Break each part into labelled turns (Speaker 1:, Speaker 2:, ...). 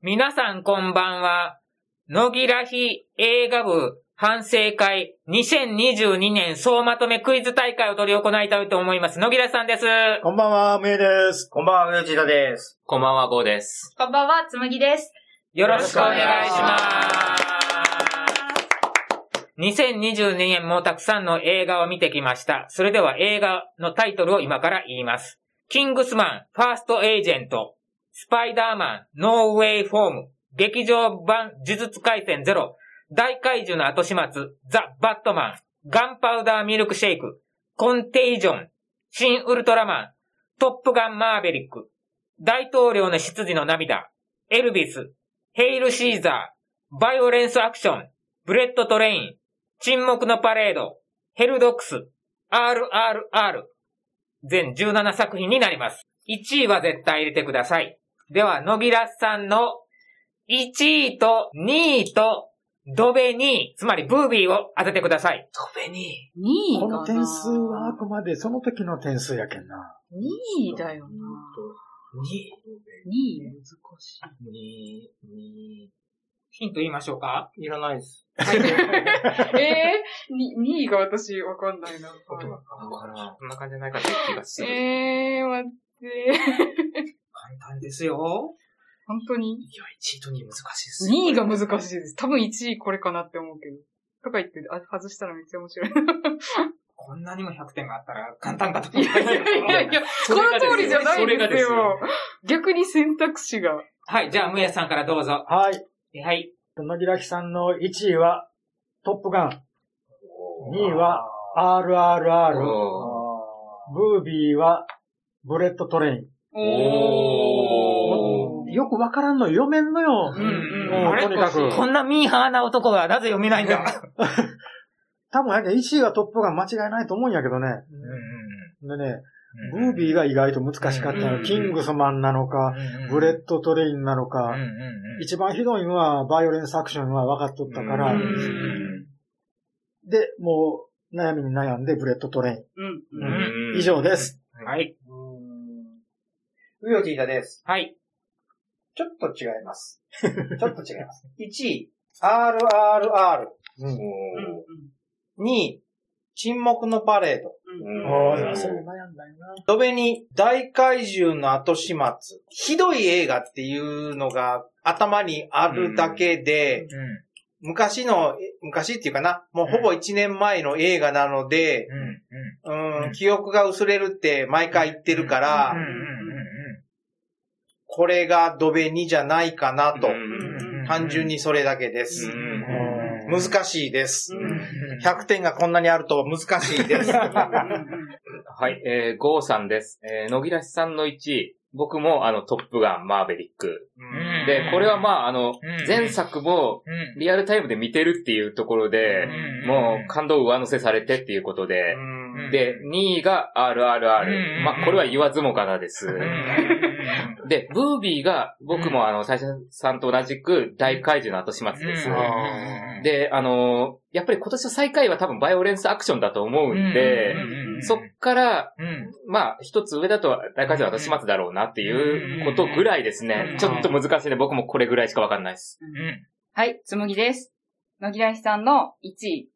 Speaker 1: 皆さんこんばんは。野木らひ映画部反省会2022年総まとめクイズ大会を取り行いたいと思います。野木らさんです。
Speaker 2: こんばんは、むえです。
Speaker 3: こんばんは、藤田です。
Speaker 4: こんばんは、ゴーです。
Speaker 5: こんばんは、つむぎです。
Speaker 1: よろしくお願いしま
Speaker 5: は
Speaker 1: す。2022年もたくさんの映画を見てきました。それでは映画のタイトルを今から言います。キングスマン、ファーストエージェント、スパイダーマン、ノーウェイフォーム、劇場版呪術廻戦ゼロ、大怪獣の後始末、ザ・バットマン、ガンパウダーミルクシェイク、コンテイジョン、シン・ウルトラマン、トップガン・マーベリック、大統領の執事の涙、エルビス、ヘイル・シーザー、バイオレンス・アクション、ブレッド・トレイン、沈黙のパレード、ヘルドックス、RRR、全17作品になります。1位は絶対入れてください。では、野木らさんの1位と2位とドベニー、つまりブービーを当ててください。
Speaker 4: ドベニ
Speaker 5: 2位
Speaker 2: こ
Speaker 5: かな
Speaker 2: の点数はあくまでその時の点数やけんな。
Speaker 5: 2位だよな。
Speaker 4: ー。に、
Speaker 5: 2位難しい。
Speaker 3: に、に、
Speaker 1: ヒント言いましょうか
Speaker 3: いらないです。
Speaker 5: えー、に2位が私わかんないな。
Speaker 4: だから、こんな感じじゃないかって気がする。
Speaker 5: えー、待って。
Speaker 1: 簡単ですよ。
Speaker 5: 本当に
Speaker 4: いや、1位と2位難しいですよ。
Speaker 5: ?2 位が難しいです。多分1位これかなって思うけど。とか言って、あ外したらめっちゃ面白い。
Speaker 1: こんなにも100点があったら簡単かと思
Speaker 5: い
Speaker 1: います
Speaker 5: やいやいやいや、この通りじゃないん
Speaker 4: それが
Speaker 5: です
Speaker 4: です
Speaker 5: よ
Speaker 4: よ。
Speaker 5: 逆に選択肢が。
Speaker 1: はい、じゃあ、むやさんからどうぞ。
Speaker 2: はい。
Speaker 1: はい。
Speaker 2: 野木らきさんの1位は、トップガン。2位は、RRR。
Speaker 4: おー
Speaker 2: ブービーは、ブレッドトレイン。
Speaker 4: お
Speaker 2: よくわからんの読めんのよ。
Speaker 1: うんうん
Speaker 2: もう
Speaker 1: あれ
Speaker 2: とにかく。
Speaker 1: こんなミーハーな男がなぜ読めないんだ。
Speaker 2: 多分やけん1位はトップガン間違いないと思うんやけどね。でね、ブービーが意外と難しかった
Speaker 5: うんうん
Speaker 2: の。
Speaker 5: うん
Speaker 2: キングスマンなのか、ブレッドトレインなの
Speaker 4: うん
Speaker 2: か
Speaker 4: うん。うん
Speaker 2: 一番ひどいのは、バイオレンスアクションは分かっとったから
Speaker 4: う
Speaker 5: うんん。
Speaker 2: で、もう、悩みに悩んで、ブレッドトレイン。
Speaker 5: うん。
Speaker 1: う
Speaker 5: うん
Speaker 1: ん
Speaker 2: 以上です。
Speaker 1: はい。
Speaker 3: うよじいたです。
Speaker 1: はい。
Speaker 3: ちょっと違います。ちょっと違います。1位、RRR。
Speaker 2: うん。
Speaker 5: うんうん
Speaker 3: 2位、沈黙のパレード。
Speaker 5: うん
Speaker 4: お
Speaker 2: あ
Speaker 4: ー
Speaker 2: あ、
Speaker 4: そ
Speaker 2: そうう
Speaker 4: い
Speaker 2: いうう悩んだよな。
Speaker 3: ドベに大怪獣の後始末。ひどい映画っていうのが頭にあるだけで、昔の、え昔っていうかな、もうほぼ1年前の映画なので、
Speaker 4: うん。うん。
Speaker 3: う
Speaker 4: うん
Speaker 3: ん、記憶が薄れるって毎回言ってるか
Speaker 4: うん
Speaker 3: ら、これがドベニじゃないかなと
Speaker 4: う、んうん。
Speaker 3: 単純にそれだけで
Speaker 4: う
Speaker 3: す。
Speaker 4: ん。
Speaker 2: うん
Speaker 3: 難しいです。
Speaker 5: うん
Speaker 3: 100点がこんなにあると難しいです。
Speaker 4: はい、えー、ゴーさんです。えー、野木らしさんの1位。僕も、あの、トップガン、マーベリック。
Speaker 1: ん
Speaker 4: で、これはまあ、あ
Speaker 1: う
Speaker 4: の
Speaker 1: ん、
Speaker 4: 前作も、
Speaker 1: うん
Speaker 4: リアルタイムで見てるっていうところで、
Speaker 1: うん
Speaker 4: もう感動を上乗せされてっていうことで、
Speaker 3: うん
Speaker 4: で、2位が RRR。
Speaker 1: うん
Speaker 4: まあ、これは言わずもがなです。で、ブービーが、僕もあの、最初さんと同じく大怪獣の後始末です
Speaker 1: うん。
Speaker 4: で、あのーやっぱり今年の最下位は多分バイオレンスアクションだと思うん
Speaker 1: う
Speaker 4: で、
Speaker 1: んうんうん
Speaker 4: そっから、
Speaker 1: うん
Speaker 4: まあ、一つ上だと大怪獣の後始末だろうなっていうことぐらいです
Speaker 5: う
Speaker 4: ね
Speaker 5: ん。
Speaker 4: ちょっと難しいんで、僕もこれぐらいしかわかんないです。
Speaker 1: うん
Speaker 5: はい、つむぎです。野木大志さんの1位。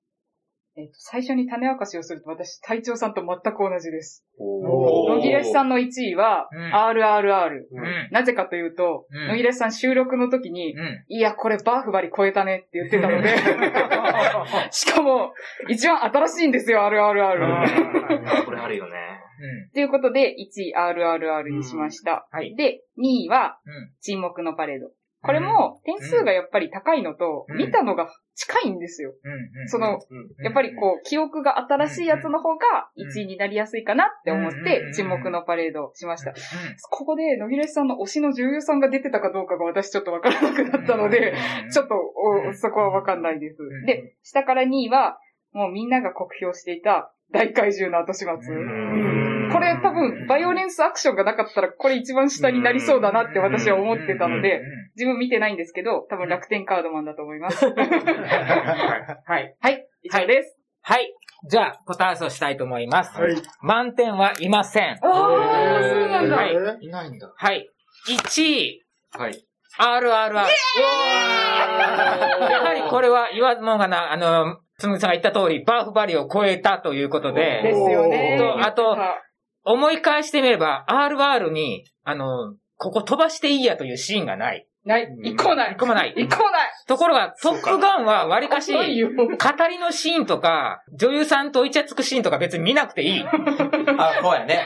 Speaker 5: えっ、と、最初に種明かしをすると私、隊長さんと全く同じです。
Speaker 2: お
Speaker 5: 野木大志さ
Speaker 4: ん。
Speaker 5: んの1位は、
Speaker 1: うん
Speaker 5: RRR。
Speaker 1: うん
Speaker 5: なぜかというと、
Speaker 1: うん
Speaker 5: 野木大志さん収録の時に、
Speaker 1: うん
Speaker 5: いや、これバーフバリ超えたねって言ってた ので、しかも、一番新しいんですよ、RRR。
Speaker 4: これあるよね。
Speaker 5: ということで、1位 RRR にしました。
Speaker 1: うんはい
Speaker 5: で、2位は
Speaker 1: うん、
Speaker 5: 沈黙のパレード。これも、点数がやっぱり高いのと、
Speaker 1: うん
Speaker 5: 見たのが近いんですよ。
Speaker 1: うん
Speaker 5: そ
Speaker 1: う
Speaker 5: の、
Speaker 1: ん
Speaker 5: やっぱりこう、記憶が新しいやつの方が
Speaker 1: うん
Speaker 5: 1位になりやすいかなって思っ
Speaker 1: うん
Speaker 5: て、沈黙のパレードをしました。
Speaker 1: う
Speaker 5: ここで、野木らしさんの推しの女優さんが出てたかどうかが私ちょっとわからなく
Speaker 1: ん
Speaker 5: なったので、
Speaker 1: うん
Speaker 5: ちょっと
Speaker 1: うん
Speaker 5: お、そこはわかんないです
Speaker 1: ん。
Speaker 5: で、下から2位は、もうみんなが酷評していた大怪獣の後始末。
Speaker 4: うん
Speaker 5: これ多分、バイオレンスアクションがなかったら、これ一番下になりそうだなって私は思ってたので、自分見てないんですけど、多分楽天カードマンだと思い ます。
Speaker 1: はい。
Speaker 5: はい、以上です。
Speaker 1: はい。じゃあ、答え合わせをしたいと思います。
Speaker 2: はい。
Speaker 1: 満点はいません。
Speaker 5: ああ、そうなんだ。
Speaker 1: はい
Speaker 2: えー
Speaker 4: いないんだ。
Speaker 1: はい。1位、
Speaker 4: はい。
Speaker 1: RRR。や
Speaker 3: ー
Speaker 1: はりこれは言わずもがな、あの、つむさんが言った通り、バーフバリを超えたということ
Speaker 5: で
Speaker 1: で、
Speaker 5: すよ ね。
Speaker 1: とあと
Speaker 5: は
Speaker 1: 思い返してみれば、RR に、あの、ここ飛ばしていいやというシーンがない。
Speaker 5: ない。一個もない。
Speaker 1: 一個もない
Speaker 5: 一個もない。
Speaker 1: ところが、トップガンはわりかし、
Speaker 5: 遅いよ。
Speaker 1: 語りのシーンとか、女優さんとイチャつくシーンとか別に見なくていい。
Speaker 3: あ、そうやね。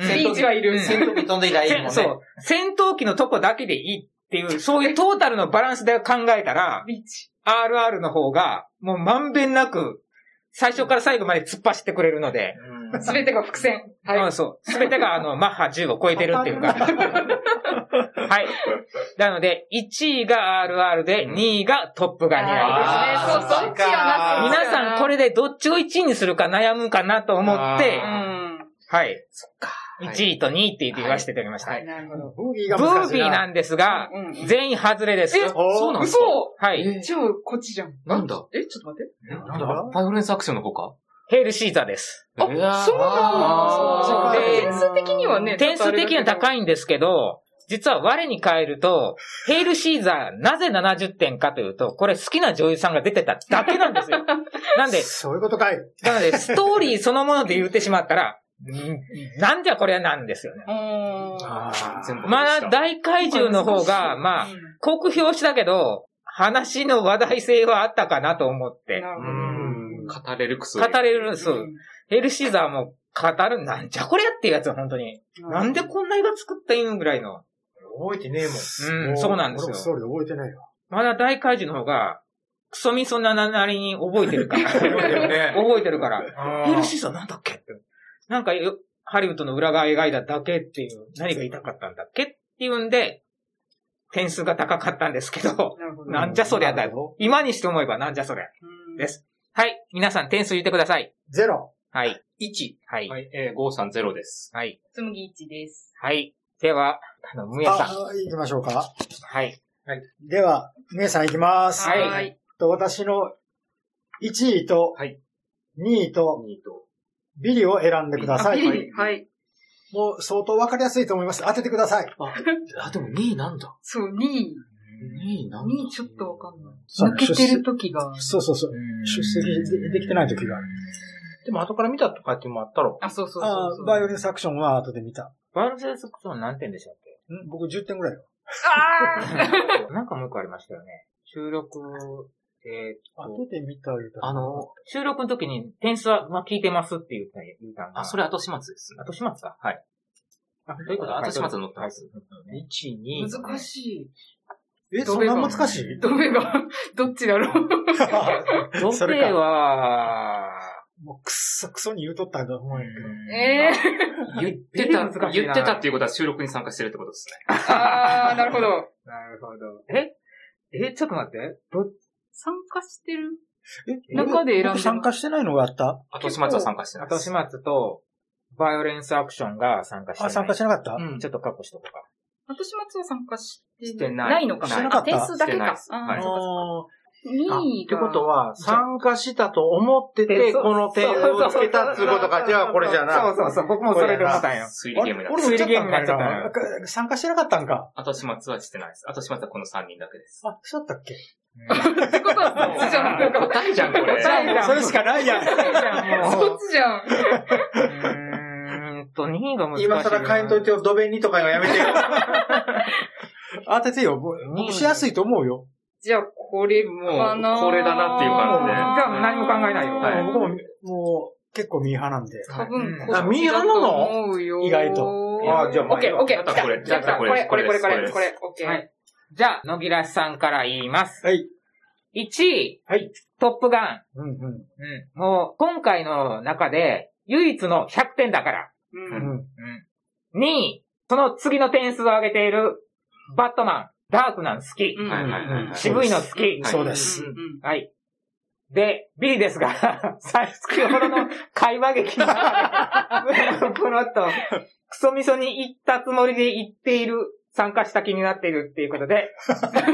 Speaker 1: うん
Speaker 5: リーチはいる。
Speaker 3: 戦闘機飛んでいたらいいもんね。
Speaker 1: そう。戦闘機のとこだけでいいっていう、そういうトータルのバランスで考えたら、
Speaker 5: リーチ。
Speaker 1: RR の方が、もうまんべんなく、最初から最後まで突っ走ってくれるので、
Speaker 3: うん。
Speaker 5: すべてが伏線。
Speaker 1: う
Speaker 5: は
Speaker 1: ん
Speaker 5: い。
Speaker 1: そう。すべてがあの、マッハ10を超えてるっていうか。はい。なので、1位が RR で、2位がトップガンになります。
Speaker 5: はいですね。そう、そっちやな。そっちや
Speaker 1: 皆
Speaker 5: な
Speaker 1: さんこれでどっちを1位にするか悩むかなと思って、
Speaker 5: うん。
Speaker 1: はい。
Speaker 4: そっか。はい
Speaker 1: 1位と2位って言わせていただきました。
Speaker 5: なるほど。
Speaker 2: ブービー
Speaker 1: ブ
Speaker 2: が難
Speaker 1: ー
Speaker 2: しい
Speaker 1: ビー
Speaker 2: な。
Speaker 1: なんですが、
Speaker 5: うんうん
Speaker 1: 全員外れです。
Speaker 5: え
Speaker 1: そうなんですか
Speaker 5: 嘘
Speaker 1: はい。
Speaker 5: じゃあ、こっちじゃん。
Speaker 4: なんだ
Speaker 5: え、ちょっと待って。
Speaker 2: なんだ
Speaker 4: バイオレンスアクションの方か
Speaker 1: ヘールシーザーです。
Speaker 5: あ
Speaker 4: いやー
Speaker 5: そうなんだ。
Speaker 4: あー
Speaker 1: で
Speaker 5: 点数的にはね、
Speaker 1: 点数的には高
Speaker 5: い。
Speaker 1: いんですけど、実は我に変えると、ヘールシーザーなぜ70点かというと、これ好きな女優さんが出てただけなんですよ。なんで、
Speaker 2: そういうことかい。
Speaker 1: なので、ストーリーそのもので言ってしまったら、んなんじゃこりゃなんですよね
Speaker 5: う。ーん。
Speaker 4: 全部
Speaker 1: まだ大怪獣の方が、まあ
Speaker 5: う、ん
Speaker 1: 酷評したけど、話の話題性はあったかなと思って、
Speaker 5: なるほど
Speaker 4: うん語れるくす。
Speaker 1: 語れる、そう。。ヘルシーザーも語る、なんじゃこりゃっていうやつは本当に。
Speaker 5: う
Speaker 1: なんでこんな映画作ったんぐらいの。
Speaker 3: 覚えてねえもん。
Speaker 1: うん、そうなんで
Speaker 2: 俺も
Speaker 1: す
Speaker 2: そ
Speaker 1: よ。
Speaker 2: れ覚えてないよ。
Speaker 1: まだ大怪獣の方が、クソみそななりに覚えてるから。 覚
Speaker 3: 覚えてるね。
Speaker 1: えてるから。ヘルシーザーなんだっけってなんかよ、ハリウッドの裏側描いただけっていう、何が言いたかったんだっけっていうんで、点数が高かったんですけど、
Speaker 5: なるほど。
Speaker 1: なんじゃそりゃだ
Speaker 2: なるほ
Speaker 1: よ。今にして思えばなんじゃそりゃ。
Speaker 5: うん
Speaker 1: です。はい。皆さん点数言ってください。
Speaker 2: ゼロ。
Speaker 1: はい。
Speaker 4: 1。
Speaker 1: はい。
Speaker 4: はい、えー、530です。
Speaker 1: はい。
Speaker 5: つむぎいちです。
Speaker 1: はい。では、あの、むやさん。
Speaker 2: あ、行きましょうか。
Speaker 1: はい。
Speaker 2: では、皆さん行きます。
Speaker 1: はい
Speaker 5: い。
Speaker 2: と私の1位と
Speaker 4: はい
Speaker 2: 2位と
Speaker 4: 2と。
Speaker 2: ビリを選んでくださ。
Speaker 5: はいい。はい。
Speaker 2: もう相当わかりやすいと思います。当ててください。
Speaker 4: あ、でも2位なんだ。
Speaker 5: そう、2位。
Speaker 4: 2位なんだ。
Speaker 5: 2位ちょっとわかんない。
Speaker 2: そう
Speaker 5: 抜けてる時が。
Speaker 2: そうそうそう。出席でできてない時がある。
Speaker 3: でも後から見たとかってもあったろ。
Speaker 5: あ、そうそう
Speaker 2: あ
Speaker 5: そう
Speaker 2: あ
Speaker 5: そ
Speaker 2: ー
Speaker 5: う。
Speaker 2: バイオリンサクションは後で見た。
Speaker 1: バルセンスクソン何点でしたっ
Speaker 2: ん僕10点ぐらいよ。
Speaker 5: あ
Speaker 1: け なんかもう一個ありましたよね。収録、えーっ
Speaker 2: 後
Speaker 1: と、
Speaker 2: で見た言うたら
Speaker 4: あ、の、
Speaker 1: 収録の時に点数は、まあ、聞いてますって言った言ったんだ
Speaker 4: あ、それ後始末ですね。
Speaker 1: 後始末か。
Speaker 4: はい。
Speaker 1: あ、どういうこと
Speaker 4: 後始末に載ってます。
Speaker 3: 1、2、
Speaker 5: ー難しい。
Speaker 2: え、そんな難しい
Speaker 5: どれが、 どっちだろう。
Speaker 1: ど
Speaker 2: そ
Speaker 1: れ
Speaker 2: れか。
Speaker 1: は、
Speaker 2: もうくっそくそに言うとったんだと思うんやけど。
Speaker 5: ええ
Speaker 4: 言ってた
Speaker 1: 難しいな、
Speaker 4: 言ってたっていうことは収録に参加してるってことですね。
Speaker 5: ー。あー、なるほど。
Speaker 1: なるほど。ええ、ちょっと待って。ど
Speaker 5: 参加してる
Speaker 2: え
Speaker 5: 中で選んでます
Speaker 2: 僕参加してないのがあった
Speaker 4: 後始末は参加してないで
Speaker 1: 後
Speaker 4: す。
Speaker 1: 始末と、バイオレンスアクションが参加してな
Speaker 2: あ、
Speaker 1: い。
Speaker 2: 参加してなかった、
Speaker 1: うん、ちょっと確保しとこうか。
Speaker 5: 私松は参加して
Speaker 4: してない
Speaker 5: ないのか
Speaker 2: してなかった
Speaker 5: 点数だけ
Speaker 4: してない
Speaker 5: か
Speaker 4: で。す
Speaker 5: あー
Speaker 4: はい
Speaker 2: あ
Speaker 3: あ
Speaker 5: 2位
Speaker 3: って
Speaker 5: が。
Speaker 3: ことは、参加したと思ってて、
Speaker 1: そう
Speaker 3: この点をつけたってことか、じゃあこれじゃな。
Speaker 1: そうそうそう、僕もそれで思ったんよ。
Speaker 4: 推理
Speaker 2: ー
Speaker 4: ゲームだ
Speaker 2: あれ。俺も行っち
Speaker 1: 推
Speaker 2: ゃったんかい
Speaker 1: 理ゲームになっ
Speaker 2: な参加してなかったんか。
Speaker 4: 後始末はしてないです。後始末はこの3人だけです。
Speaker 2: あ、そうだったっけ
Speaker 5: ってことはそっちじゃん。なんか
Speaker 4: 答えじゃん、これ。
Speaker 5: 答えじゃん
Speaker 2: それしかないやん。
Speaker 5: そっちじゃん。
Speaker 1: うーんと、2位が難しいな。
Speaker 3: 今更変えんといてよ、ドベにとかやめてよ。
Speaker 2: 当ててよ。僕僕しやすいと思うよ。
Speaker 5: じゃあ、これもかな。
Speaker 4: これだなっていう感じで
Speaker 1: じゃあ何も考えないよ
Speaker 4: はい
Speaker 2: 僕も、もう、結構ミーハーなんで。
Speaker 5: 多分、こっち
Speaker 3: あ
Speaker 5: だ
Speaker 3: ミーハーな
Speaker 5: と
Speaker 3: の
Speaker 5: 思うよ。
Speaker 2: 意外と
Speaker 3: あじゃあま
Speaker 5: オ
Speaker 3: あ
Speaker 5: ッケー、オッケー。
Speaker 4: じゃあこれ
Speaker 5: 来た
Speaker 4: じゃあこれ
Speaker 5: これ、これ、こ
Speaker 4: こ
Speaker 5: れ、
Speaker 4: れ
Speaker 5: これ、オッケー。
Speaker 1: はいじゃあ、野木らしさんから言います。
Speaker 2: はい。
Speaker 1: 1位、
Speaker 2: はい。
Speaker 1: トップガ
Speaker 2: うんうん。
Speaker 1: ン。うん。もう、今回の中で、唯一の100点だから。
Speaker 5: う。
Speaker 2: うんん。
Speaker 1: 2位、その次の点数を上げている、バットマン、ダークマン好き。
Speaker 5: うん
Speaker 4: はいはいはいはい。
Speaker 1: 渋いの好き。
Speaker 5: はい
Speaker 2: そうです
Speaker 5: んん
Speaker 1: はい。で、ビリですが、 先ほどの会話劇の中で、 プロッと、クソみそに行ったつもりで行っている、参加した気になっているっていうことで、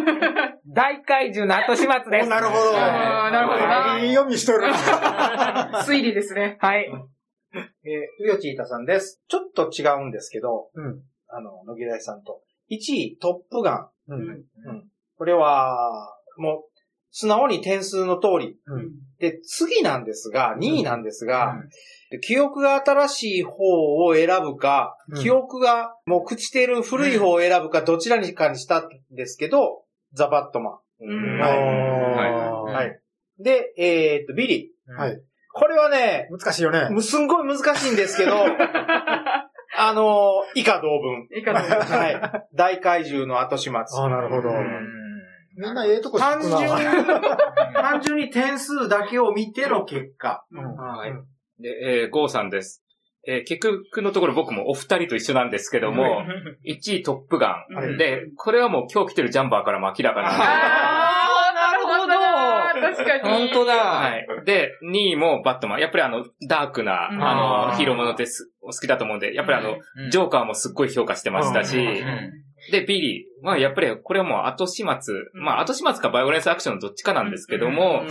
Speaker 1: 大怪獣の後始末です。
Speaker 2: なるほど。
Speaker 5: あーなるほどな
Speaker 2: はいいい読みしとる。
Speaker 5: 推理ですね。
Speaker 1: はい。
Speaker 3: えー、うよちいたさんです。ちょっと違うんですけど、
Speaker 2: うん。
Speaker 3: あの、野木大さんと。1位、トップガン。
Speaker 2: うん。
Speaker 3: これは、もう、素直に点数の通り。
Speaker 2: うん。
Speaker 3: で、次なんですが、2位なんですが、
Speaker 1: うん
Speaker 3: で記憶が新しい方を選ぶか、
Speaker 2: うん
Speaker 3: 記憶がもう朽ちてる古い方を選ぶか、どちらにかにしたんですけど、ザ・バットマ
Speaker 5: うん
Speaker 3: ン。
Speaker 2: あー
Speaker 4: はい
Speaker 3: はい。で、えーっと、ビリー。
Speaker 2: はい。
Speaker 3: これはね、
Speaker 2: 難しいよね。
Speaker 3: むすんごい難しいんで すけど、あの以下同文。
Speaker 5: いいかと思います。
Speaker 3: はい。大怪獣の後始末。
Speaker 2: ああ、なるほど。みんなええとこ知っ
Speaker 3: 単
Speaker 2: と
Speaker 3: 純
Speaker 2: くな
Speaker 3: に、単純に点数だけを見ての結果。
Speaker 4: はい。で、えー、ゴーさんです。えー、結局のところ僕もお二人と一緒なんですけども、1位トップガ
Speaker 5: は
Speaker 4: ン。
Speaker 5: い
Speaker 4: で、これはもう今日来てるジャンバーからも明らかなんで。
Speaker 5: あー、なるほど。確かに。
Speaker 1: 本当だ。
Speaker 4: はい。で、2位もバットマン。やっぱりあの、ダークな、
Speaker 5: うん
Speaker 4: あ
Speaker 1: あー
Speaker 4: の、ヒーローものってすお好きだと思うんで、やっぱりあの、
Speaker 1: うん
Speaker 4: ジョーカーもすっごい評価してましたし、
Speaker 1: うん
Speaker 4: で、ビリー。まあ、やっぱりこれはもう後始末。まあ、後始末かバイオレンスアクションのどっちかなんですけども、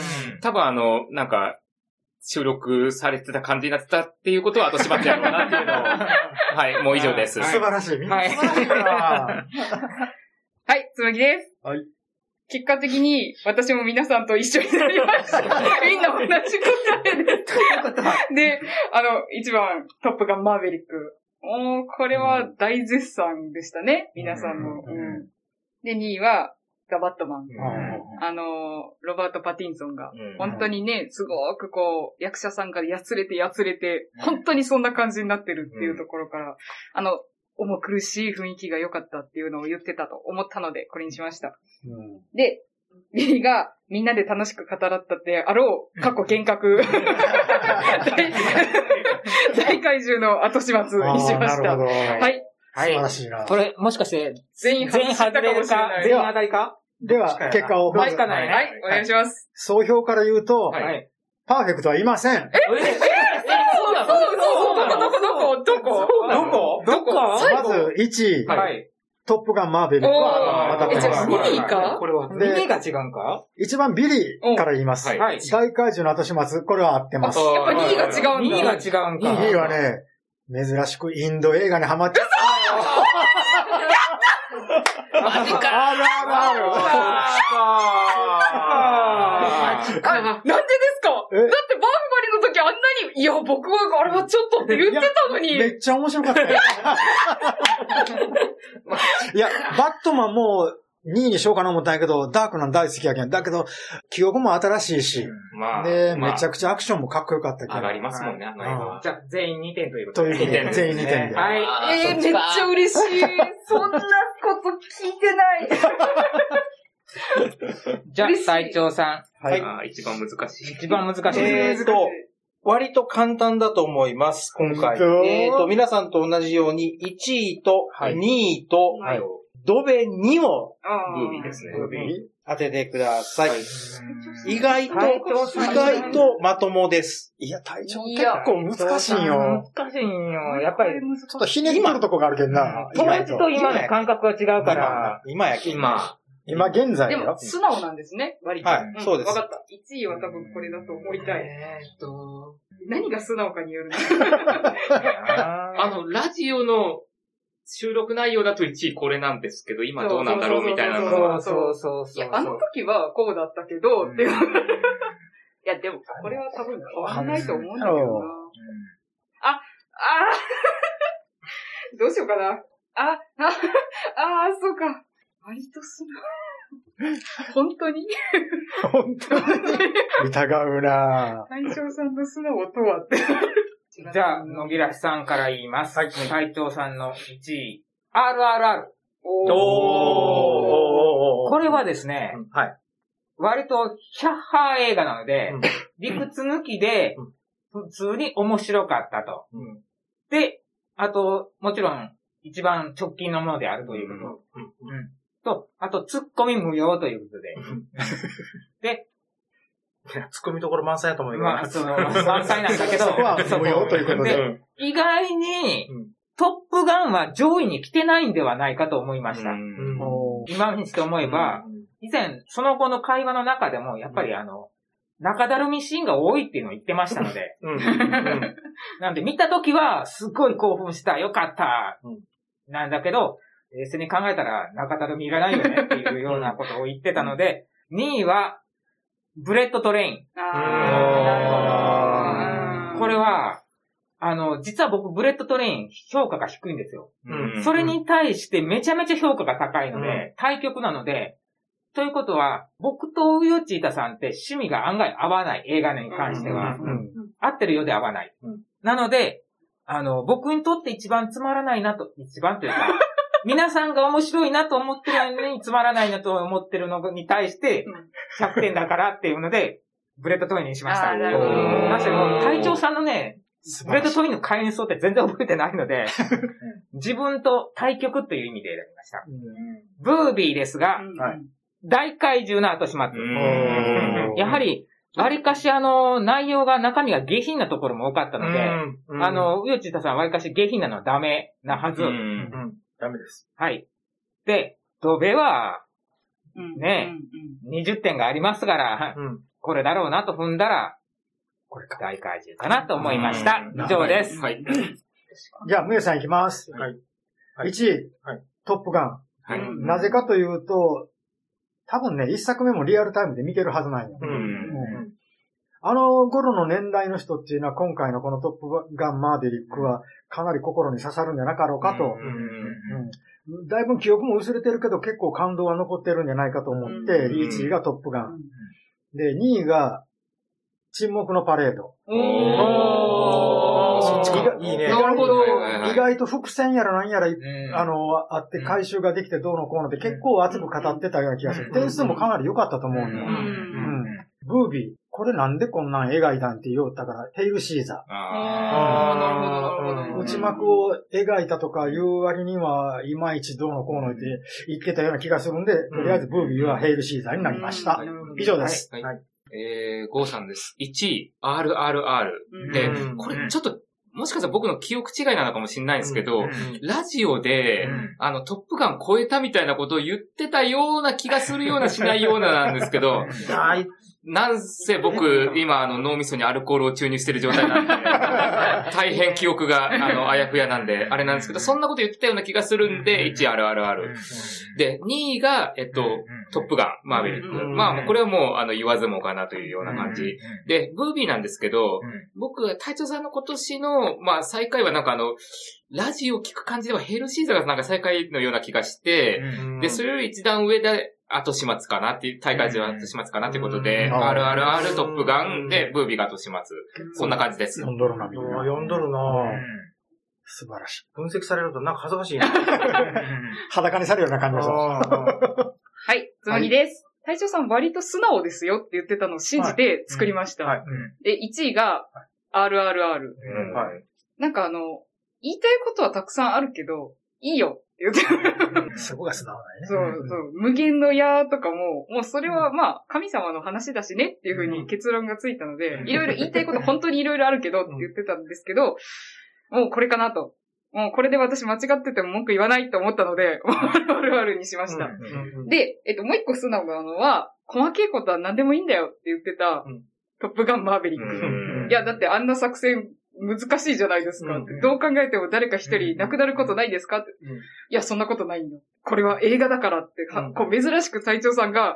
Speaker 4: 多分あの、なんか、収録されてた感じになってたっていうことは後始末やろうなって いうのを、はい、もう以上です。
Speaker 2: 素晴らしい。みんな
Speaker 1: はい
Speaker 2: 素晴らしいな。
Speaker 5: はい、つむぎです。
Speaker 2: はい。
Speaker 5: 結果的に、私も皆さんと一緒になりました。みんな同じ答えです。で、あの、一番、トップがマーベリック。おー、これは大絶賛でしたね、皆さんの。
Speaker 1: うん
Speaker 5: うんで、2位は、ザ・バットマン。
Speaker 2: う
Speaker 5: あのー、ロバート・パティンソンが
Speaker 4: うん、
Speaker 5: 本当にね、すごくこう、役者さんからやつれてやつれて、本当にそんな感じになってるっていうところから、あの、重苦しい雰囲気が良かったっていうのを言ってたと思ったので、これにしました。
Speaker 2: うん
Speaker 5: で、ビリーがみんなで楽しく語らったであろう、過去幻 覚。大大怪獣の後始末にしま
Speaker 2: あ
Speaker 5: し
Speaker 2: ー
Speaker 5: た。
Speaker 2: なるほど。
Speaker 5: は
Speaker 2: 素
Speaker 5: い。
Speaker 2: 晴らしいな
Speaker 1: こ。れ、もしかして、
Speaker 5: 全員外
Speaker 1: 全
Speaker 5: してた
Speaker 1: 外
Speaker 5: か
Speaker 1: れ
Speaker 5: も
Speaker 1: る
Speaker 5: しれ
Speaker 1: か
Speaker 5: な、い。
Speaker 1: 全員当たりか
Speaker 2: では、
Speaker 3: 確かにな
Speaker 2: 結果を、ま
Speaker 1: はい
Speaker 2: ず、
Speaker 1: かない。
Speaker 5: はい、お願いします。
Speaker 2: 総評から言うと、
Speaker 4: はい
Speaker 1: はい。
Speaker 2: パーフェクトはいませ
Speaker 1: え
Speaker 2: ん。
Speaker 1: えそうなの
Speaker 5: どこどこどこどこ
Speaker 1: なの
Speaker 3: どこ
Speaker 1: どこ
Speaker 2: まず1位、
Speaker 1: はい。
Speaker 2: トップガンマーベリッ
Speaker 5: お
Speaker 2: ク。
Speaker 5: ー
Speaker 2: またこれ
Speaker 5: えじゃあ
Speaker 2: は
Speaker 5: 二位か
Speaker 1: これは、
Speaker 2: で
Speaker 1: 2位が違うんか
Speaker 2: 一番ビリーから言います。
Speaker 4: うん
Speaker 1: はい。
Speaker 2: 大怪獣の後始末、これは合ってます。
Speaker 5: やっぱ2位が違うんだ。
Speaker 1: 2位が違うんか。
Speaker 2: 2位はね、珍しくインド映画にハマって、
Speaker 1: マジか。
Speaker 2: あるあるある。
Speaker 1: あー
Speaker 5: あ、なんでですかだっ
Speaker 2: え
Speaker 5: てバーフバリの時あんなに、いや、僕はあれはちょっとって言ってたのに。
Speaker 2: めっちゃ面白かったよ。いや、バットマンも2位にしようかな思ったんやけど、ダークなん大好きやけん。だけど、記憶も新しいし、
Speaker 4: まあ、
Speaker 2: で、
Speaker 4: まあ
Speaker 2: めちゃくちゃアクションもかっこよかったけ
Speaker 4: 上
Speaker 2: ど
Speaker 4: が。りますもんね、あの映画は。
Speaker 1: じゃあ、全員2点ということ
Speaker 2: と
Speaker 1: で。
Speaker 2: いうことで
Speaker 4: 二点、
Speaker 2: 全員2点で。
Speaker 1: はい。
Speaker 5: えー、めっちゃ嬉しい。そんなこと聞いてない。
Speaker 1: じゃあ、
Speaker 5: 嬉しい
Speaker 1: 隊長さ
Speaker 2: は
Speaker 4: あー一番難しい。
Speaker 1: ん。一番難しい。
Speaker 3: えーっと、割と簡単だと思います、今回。
Speaker 2: うん
Speaker 3: えーっと、皆さんと同じように、1位と
Speaker 2: はい
Speaker 3: 2位と、
Speaker 5: はい
Speaker 3: ドベ2を
Speaker 5: あ
Speaker 4: ムービーですね。ムービー。
Speaker 3: 当ててください。
Speaker 1: うん
Speaker 3: 意外と、
Speaker 1: はいどう
Speaker 3: 意
Speaker 1: ぞ
Speaker 3: 外とまともです。
Speaker 2: いや、隊長
Speaker 5: い
Speaker 2: 結
Speaker 5: や
Speaker 2: 構難しいよ。。
Speaker 1: 難しいんよ。やっぱり、
Speaker 2: ちょっとひねり取るとこがあるけんな。意
Speaker 1: 当
Speaker 2: 外
Speaker 1: 時と
Speaker 2: と
Speaker 1: 今の感覚が違うから、
Speaker 3: 今やけ。
Speaker 4: 今、
Speaker 2: 今現在
Speaker 5: でも
Speaker 2: よ、。
Speaker 5: 素直なんですね、割と。
Speaker 3: はい
Speaker 5: ん
Speaker 3: そうです
Speaker 5: わかった。1位は多分これだと思いたい。
Speaker 1: えーっと、
Speaker 5: 何が素直かによるね。
Speaker 4: あ
Speaker 1: あの、
Speaker 4: の、ラジオの収録内容だと1位これなんですけど、今どうなんだろうみたいなのは。
Speaker 1: そうそうそう。
Speaker 5: いや、あの時はこうだったけど、っていう。いや、でも、これは多分変わらないと思うんだけどな。ああ どうしようかな。あ、あ、ああ、そうか。割と素直。本当に
Speaker 2: 本当に疑うな
Speaker 5: 大将さんの素直とはって。
Speaker 1: じゃあ、野木らしさんから言います。はい。隊長さんの1位。RRR。
Speaker 5: おー。
Speaker 1: これはですね、
Speaker 3: はい。
Speaker 1: 割とヒャッハー映画なので、
Speaker 3: うん
Speaker 1: 理屈抜きで、普通に面白かったと。
Speaker 3: うん
Speaker 1: で、あと、もちろん、一番直近のものであるということ。うんと、あと、ツッコミ無用ということで。
Speaker 3: ツッコミどころ満載だと思
Speaker 1: まあ、その、満載なんだけど、
Speaker 2: そこは無用ということで。
Speaker 1: 意外に
Speaker 3: うん、
Speaker 1: トップガンは上位に来てないんではないかと思いました。
Speaker 4: うん
Speaker 2: おー
Speaker 1: 今にして思えば、以前、その後の会話の中でも、やっぱりあの、中だるみシーンが多いっていうのを言ってましたの で、 なんで見た時は、すごい興奮した、よかった
Speaker 3: うん、
Speaker 1: なんだけど、冷静に考えたら中たるみがないよねっていうようなことを言ってたので、2位は、ブレッドトレイン。
Speaker 5: ああ、なるほど。
Speaker 1: これは、あの、実は僕、ブレッドトレイン、評価が低いんですよ。
Speaker 4: うん
Speaker 1: それに対してめちゃめちゃ評価が高いので、対局なので、ということは、僕とウヨチータさんって趣味が案外合わない映画に関しては、
Speaker 2: うん。
Speaker 1: 合ってるようで合わない。
Speaker 5: うん
Speaker 1: なので、あの、僕にとって一番つまらないなと、一番というか、皆さんが面白いなと思ってるのにつまらないなと思ってるのに対して
Speaker 5: うん、
Speaker 1: 100点だからっていうので、ブレッドトインにしました。
Speaker 5: あー
Speaker 1: ま
Speaker 5: なるほど
Speaker 1: してもう、会長さんのね、
Speaker 3: 素
Speaker 1: ブレ
Speaker 3: 晴
Speaker 1: ッド
Speaker 3: らしい
Speaker 1: トインの会員層って全然覚えてないので、自分と対局という意味で選びました。ブービーですが、
Speaker 2: は
Speaker 1: 大怪獣の後始末。
Speaker 4: うん
Speaker 1: やはり、わりかしあの、内容が中身が下品なところも多かったので、
Speaker 3: うん
Speaker 1: あ、の、うよちたさんわりかし下品なのはダメなはず。
Speaker 4: うん
Speaker 3: うんダメです。
Speaker 1: はい。で、ドベは
Speaker 5: うん
Speaker 1: ね20点がありますから、
Speaker 3: うん
Speaker 1: これだろうなと踏んだら、これか大怪獣かなと思いました。
Speaker 4: うん
Speaker 1: 以上です。
Speaker 4: はい。
Speaker 2: じゃあ、むえさんいきます。
Speaker 3: はい。はい
Speaker 2: 1位
Speaker 3: はい、
Speaker 2: トップガン。
Speaker 4: はい。
Speaker 5: うん
Speaker 2: なぜかというと、多分ね、1作目もリアルタイムで見てるはずなんよ。
Speaker 4: うん
Speaker 2: うんあの頃の年代の人っていうのは今回のこのトップガンマーデリックはかなり心に刺さるんじゃなかろうかと。うんだいぶ記憶も薄れてるけど結構感動は残ってるんじゃないかと思って、
Speaker 5: うん
Speaker 2: 1位がトップガン。で、2位が沈黙のパレード。
Speaker 4: おーそっちか
Speaker 3: いいね
Speaker 2: 意外
Speaker 4: なるほど
Speaker 2: 意外と伏線やらなんやらいっ
Speaker 3: うん
Speaker 2: あ、の、あって回収ができてどうのこうのって結構熱く語ってたような気がす
Speaker 3: う
Speaker 2: る。
Speaker 3: ん
Speaker 2: 点数もかなり良かったと思う
Speaker 4: うん
Speaker 2: よ。
Speaker 5: ん
Speaker 2: ブービー、これなんでこんなん描いたんって言おったから、ヘイルシーザ
Speaker 5: あーなるほどな
Speaker 2: ー。
Speaker 5: るほど
Speaker 2: 内幕を描いたとかいう割には、いまいちどうのこうのって言ってたような気がするんで、とりあえずブービーはヘイルシーザーになりました
Speaker 5: うん。
Speaker 2: 以上です。
Speaker 4: はい。えー、ゴーさんです。1位、RRR。で
Speaker 3: う、ん
Speaker 4: これちょっと、もしかしたら僕の記憶違いなのかもしれないんですけ
Speaker 3: う
Speaker 4: ど
Speaker 3: ん、
Speaker 4: ラジオで、あの、トップガン超えたみたいなことを言ってたような気がするようなしないようななんですけど、
Speaker 3: 大
Speaker 4: なんせ僕、今、あの、脳みそにアルコールを注入してる状態なん で、大変記憶が、あの、あやふやなんで、あれなんですけど、そんなこと言ってたような気がするんで、1あるあるある。で、2位が、えっと、トップガン、マーベリック。
Speaker 3: うん
Speaker 4: まあ、もうこれはもう、あの、言わずもがなというような感じ。で、ブービーなんですけど、僕が隊長さんの今年の、まあ、最下位はなんかあの、ラジオ聞く感じではヘルシーザがなんか最下位のような気がして、で、それより一段上で、後始末かなっていう、大会では後始末かなっていうことで、
Speaker 2: うん
Speaker 4: RRR トップガン
Speaker 3: う
Speaker 4: で
Speaker 3: ん、
Speaker 4: ブービーが後始末。そんな感じです。
Speaker 2: 読んどるな、みんな。
Speaker 3: 読んどるなぁ
Speaker 2: 素晴らしい。
Speaker 3: 分析されるとなんか恥ずかしいな。
Speaker 2: 裸にされるような感じがする。
Speaker 5: はい、つむぎです。隊長さん割と素直ですよって言ってたのを信じて作りました。
Speaker 3: はい。
Speaker 5: で、1位が RRR。
Speaker 3: うんはい。
Speaker 5: なんかあの、言いたいことはたくさんあるけど、いいよって言って
Speaker 2: そこが素直だよね。
Speaker 5: そうそう。無限の矢とかも、もうそれはまあ、神様の話だしねっていうふうに結論がついたので
Speaker 3: う、ん
Speaker 5: いろいろ言いたいこと本当にいろいろあるけどって言ってたんですけど、もうこれかなと。もうこれで私間違ってても文句言わないと思ったので、あるあるにしました。で、えっと、もう一個素直なのは、細けいことは何でもいいんだよって言ってた
Speaker 3: うん、
Speaker 5: トップガンマーベリック。
Speaker 4: うん
Speaker 5: いや、だってあんな作戦難しいじゃないですか。
Speaker 3: うん
Speaker 5: どう考えても誰か一人亡くなることないですかって。
Speaker 3: うん
Speaker 5: いや、そんなことないんだ。これは映画だからって、は
Speaker 3: うん
Speaker 5: こう珍しく隊長さんが、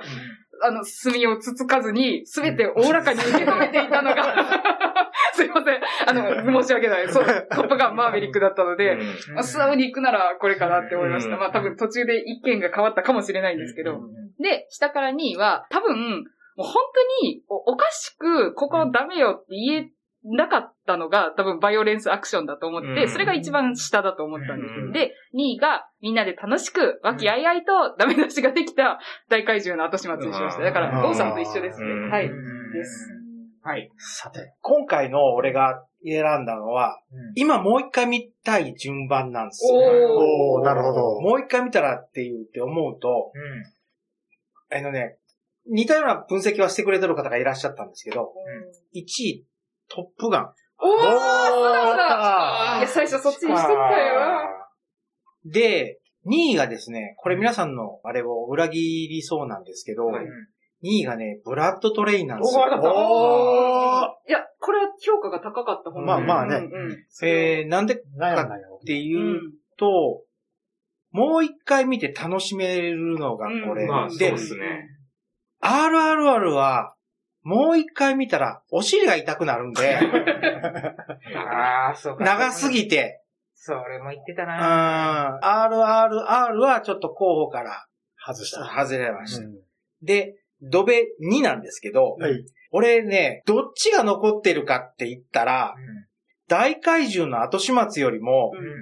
Speaker 5: あの、墨をつつかずに、すべておおらかに受け止めていた のが、 すいません。あの、申し訳ない。そう、トップガンマーヴェリックだったので、まあ素直に行くならこれかなって思いまし
Speaker 4: う
Speaker 5: た。
Speaker 4: ん
Speaker 5: まあ多分途中で意見が変わったかもしれないんですけど。で、下から2位は、多分、もう本当におおかしく、ここダメよって言えなかったのが、多分バイオレンスアクションだと思って、
Speaker 4: うん
Speaker 5: それが一番下だと思ったんです。
Speaker 4: うん
Speaker 5: で、2位が、みんなで楽しく、和気あいあいとダメ出しができた大怪獣の後始末にしました。だか
Speaker 2: う
Speaker 5: ら、
Speaker 2: ん
Speaker 5: ゴーさんと一緒ですね
Speaker 4: うん。
Speaker 5: はい。
Speaker 1: はい。
Speaker 2: さて。
Speaker 3: 今回の俺が選んだのは、今もう一回見たい順番なんですよ。
Speaker 2: おー、なるほど。
Speaker 3: もう一回見たらっていうって思うと、あのね、似たような分析はしてくれてる方がいらっしゃったんですけど、1位、トップガン。
Speaker 5: おー、そうだ
Speaker 3: お
Speaker 5: そう
Speaker 3: ー
Speaker 5: だいや、最初そっちにしてたよ。
Speaker 3: で、2位がですね、これ皆さんのあれを裏切りそうなんですけど、
Speaker 4: はい
Speaker 3: 2位がね、ブラッドトレインなんです
Speaker 1: おーわかった
Speaker 3: よ。
Speaker 5: いや、これは評価が高かった方
Speaker 2: まあまあね
Speaker 5: うんうん
Speaker 3: えー、なんでか
Speaker 2: 悩んだよ
Speaker 3: っ。て
Speaker 5: う
Speaker 3: いうんと、もう一回見て楽しめるのがこれ。
Speaker 5: うん
Speaker 4: まあ、そう
Speaker 3: で
Speaker 4: で、すね。
Speaker 3: RRR は、もう一回見たら、お尻が痛くなるんで、
Speaker 1: ああ、そうか。
Speaker 3: 長す。ぎて、
Speaker 1: それも言ってた
Speaker 3: うん、
Speaker 1: な。
Speaker 3: RRR はちょっと候補から外した。外れました。で、ドベ2なんですけど、
Speaker 2: はい。
Speaker 3: 俺ね、どっちが残ってるかって言ったら、大怪獣の後始末よりも、
Speaker 1: うん。うん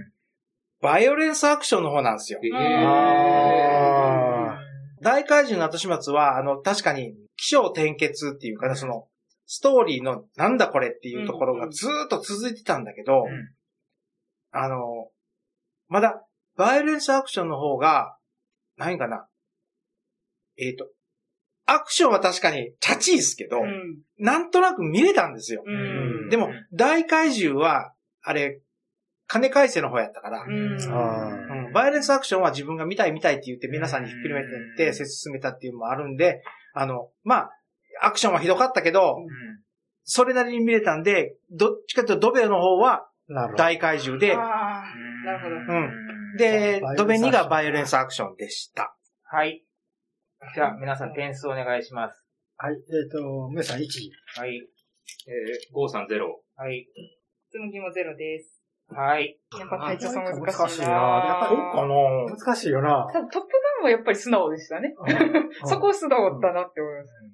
Speaker 3: バイオレンスアクションの方なんですよ。
Speaker 4: え
Speaker 5: うん
Speaker 4: ー
Speaker 2: あ
Speaker 3: 大怪獣の後始末は、あの、確かに、気象転結っていうか、その、ストーリーの、なんだこれっていうところがずーっと続いてたんだけど、
Speaker 1: うん
Speaker 3: あの、まだ、バイオレンスアクションの方が、何かな。えっ、と、アクションは確かに、チャチいですけど、
Speaker 5: うん。
Speaker 3: なんとなく見れたんですよ。
Speaker 5: うん。
Speaker 3: でも、大怪獣は、あれ、金返せの方やったから、
Speaker 5: うん
Speaker 2: あ。ああ。
Speaker 3: うんバイオレンスアクションは自分が見たい見たいって言って皆さんにひっくりめてって、進めたっていうのもあるんで、あの、まあ、アクションはひどかったけど、それなりに見れたんで、どっちかというとドベの方は
Speaker 2: なるほど。
Speaker 3: 大怪獣で、
Speaker 5: あ
Speaker 1: うん
Speaker 5: なるほど
Speaker 1: うん
Speaker 3: で
Speaker 2: バイオレンスアクション、
Speaker 3: ドベ2がバイオレンスアクションでした。
Speaker 1: はい。じゃあ、皆さん点数お願いします。
Speaker 2: はい。えっと、梅さん1位。
Speaker 1: はい。
Speaker 4: えー、530。
Speaker 1: はい。
Speaker 5: ー、紬もゼロです。
Speaker 1: はい。
Speaker 5: やっぱ隊長さん難しいな。
Speaker 2: 難しいなやっぱり
Speaker 5: な。
Speaker 3: な
Speaker 2: 難しいよな。
Speaker 5: ただトップガンはやっぱり素直でしたね。
Speaker 2: うん
Speaker 5: そこ素直だなって思います。